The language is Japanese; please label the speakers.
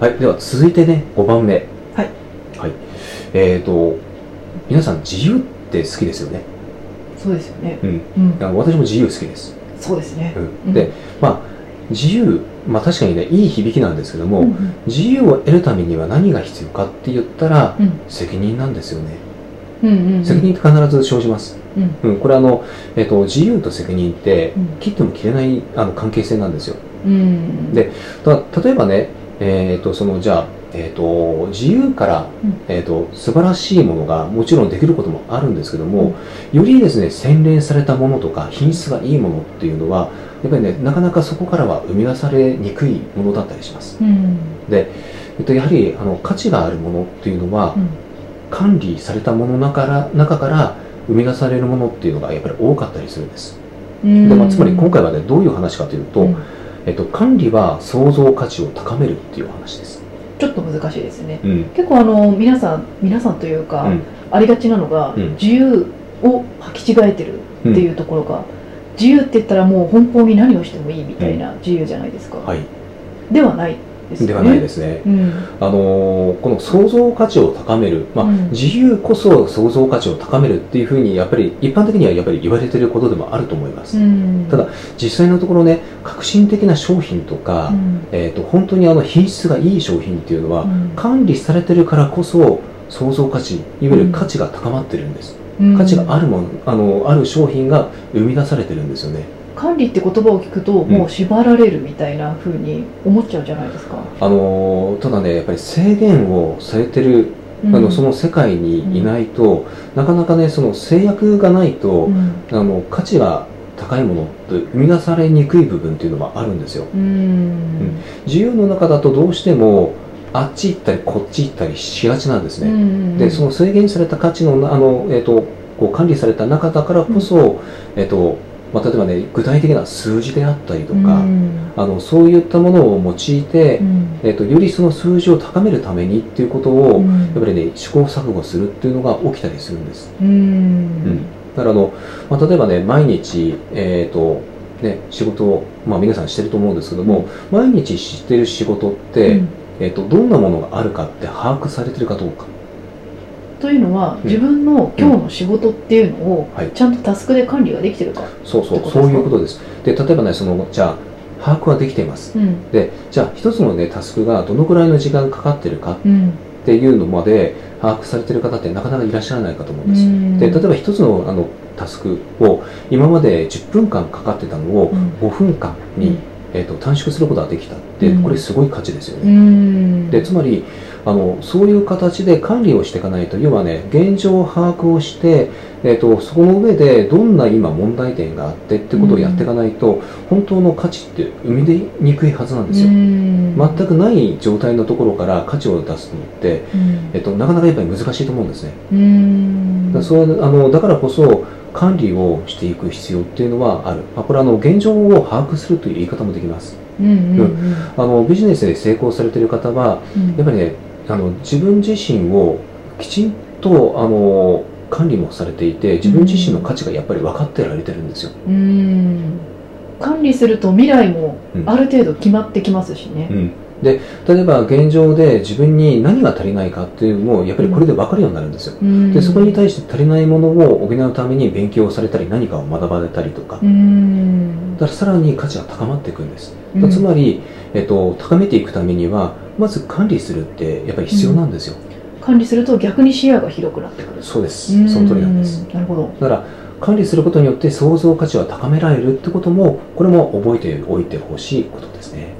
Speaker 1: はい、では続いてね、5番目。
Speaker 2: はい。
Speaker 1: はい。えっ、と、皆さん自由って好きですよね。
Speaker 2: そうですよね。
Speaker 1: うん。
Speaker 2: うん
Speaker 1: あ。の私も自由好きです。
Speaker 2: そうですね
Speaker 1: う。
Speaker 2: うん
Speaker 1: ん。で、まあ、自由、まあ確かにね、いい響きなんですけども、
Speaker 2: うんうん
Speaker 1: 自由を得るためには何が必要かって言ったら、
Speaker 2: うん
Speaker 1: 責任なんですよね。
Speaker 2: うんうん。
Speaker 1: 責任って必ず生じます。
Speaker 2: うん。
Speaker 1: うん、これあの、えっ、と、自由と責任って
Speaker 2: う、ん
Speaker 1: 切っても切れないあの関係性なんですよ。
Speaker 2: うん。
Speaker 1: でた例えばね、えー、とそのじゃあ、えー、と自由から、
Speaker 2: うん
Speaker 1: えー、と素晴らしいものがもちろんできることもあるんですけども、よりですね洗練されたものとか品質がいいものっていうのはやっぱりねなかなかそこからは生み出されにくいものだったりします。
Speaker 2: うん。
Speaker 1: えっとやはりあの価値があるものっていうのは、
Speaker 2: うん
Speaker 1: 管理されたものの中から中から生み出されるものっていうのがやっぱり多かったりするんです。
Speaker 2: うん
Speaker 1: でまあ、つまり今回はねどういう話かというと、
Speaker 2: うん
Speaker 1: えっと、管理は創造価値を高めるっていう話です。
Speaker 2: ちょっと難しいですね。
Speaker 1: うん。
Speaker 2: 結構あの皆さん皆さんというか、
Speaker 1: うん
Speaker 2: ありがちなのが、
Speaker 1: うん
Speaker 2: 自由を履き違えてる
Speaker 1: う
Speaker 2: っ
Speaker 1: ん
Speaker 2: ていうところが、自由って言ったらもう奔放に何をしてもいいみたいな自由じゃないですか、
Speaker 1: はい。
Speaker 2: ではないですよ
Speaker 1: で
Speaker 2: ね
Speaker 1: はないですね。
Speaker 2: うん
Speaker 1: あのーこの創造価値を高める、まあ、
Speaker 2: うん
Speaker 1: 自由こそ創造価値を高めるっていうふうに、やっぱり一般的にはやっぱり言われてることでもあると思います。
Speaker 2: うん
Speaker 1: ただ実際のところね、革新的な商品とか、
Speaker 2: うん
Speaker 1: えっ、と、本当にあの品質がいい商品っていうのは、管理されてるからこそ、創造価値、いわゆる価値が高まってるんです。
Speaker 2: うん
Speaker 1: 価値があるもの、あの、ある商品が生み出されてるんですよね。
Speaker 2: 管理って言葉を聞くともう縛られるみたいな風に思っちゃうじゃないですか、
Speaker 1: あのーただねやっぱり制限をされてる、
Speaker 2: うん
Speaker 1: あのその世界にいないと、なかなかねその制約がないと
Speaker 2: う、ん
Speaker 1: あの価値が高いものって生み出されにくい部分っていうのはあるんですよ
Speaker 2: うん
Speaker 1: 自由の中だとどうしてもあっち行ったりこっち行ったりしがちなんです
Speaker 2: う
Speaker 1: ね、
Speaker 2: ん
Speaker 1: でその制限された価値のなあの、えー、とこう管理された中だからこそ、えーとまあ、例えばね具体的な数字であったりとか、
Speaker 2: うん
Speaker 1: あのそういったものを用いて、
Speaker 2: うん
Speaker 1: えっとよりその数字を高めるためにっていうことを、やっぱり
Speaker 2: り
Speaker 1: ね試行錯誤するっていうのが起きたりするんです
Speaker 2: うん
Speaker 1: うんだからあの、まあ、例えばね毎日えっ、とね仕事を、まあ、皆さんしてると思うんですけども毎日知ってる仕事って、
Speaker 2: うん
Speaker 1: えっとどんなものがあるかって把握されてるかどうか
Speaker 2: というのは、
Speaker 1: ん
Speaker 2: 自分の今日の仕事っていうのを、
Speaker 1: はい
Speaker 2: ちゃんとタスクで管理ができてるか、
Speaker 1: そうそ
Speaker 2: って
Speaker 1: うそ
Speaker 2: ことですか
Speaker 1: ういうことですで例えばねそのじゃあ把握はできています
Speaker 2: うん
Speaker 1: でじゃあ一つのねタスクがどのくらいの時間かかってるか
Speaker 2: うん
Speaker 1: っていうのまで把握されてる方ってなかなかいらっしゃらないかと思うんです、
Speaker 2: ん
Speaker 1: で例えば一つのあのタスクを今まで10分間かかってたのを
Speaker 2: うん
Speaker 1: 5分間に、えー、と短縮することができたって
Speaker 2: うん
Speaker 1: これすごい価値ですよ
Speaker 2: う
Speaker 1: ね。
Speaker 2: ん
Speaker 1: でつまりあのそういう形で管理をしていかないと要はね現状を把握をして、えー、とそこの上でどんな今問題点があってってことをやっていかないと、本当の価値って生み出にくいはずなんですよ。
Speaker 2: うん
Speaker 1: 全くない状態のところから価値を出すのって、
Speaker 2: うん
Speaker 1: えー、となかなかやっぱり難しいと思うんですね。
Speaker 2: うん
Speaker 1: だからそういうあのだからこそ管理をしていく必要っていうのはある、まあ、これはあの現状を把握するという言い方もできます
Speaker 2: うんうんうん
Speaker 1: あのビジネスで成功されている方は
Speaker 2: うん
Speaker 1: やっぱりねあの自分自身をきちんとあの管理もされていて自分自身の価値がやっぱり分かってられてるんですよ、
Speaker 2: うん管理すると未来も
Speaker 1: うん
Speaker 2: ある程度決まってきますしね、
Speaker 1: で例えば現状で自分に何が足りないかっていうのもやっぱりこれで分かるようになるんですよ
Speaker 2: うん
Speaker 1: でそこに対して足りないものを補うために勉強をされたり何かを学ばれたりとか
Speaker 2: うん
Speaker 1: だからさらに価値が高まっていくんです
Speaker 2: うん
Speaker 1: つまり、えっと、高めていくためにはまず管理するってやっぱり必要なんですよ、
Speaker 2: 管理すると逆に視野が広くなってくる
Speaker 1: そうですその通りなんです
Speaker 2: うなるほど
Speaker 1: だから管理することによって創造価値は高められるってこともこれも覚えておいてほしいことですね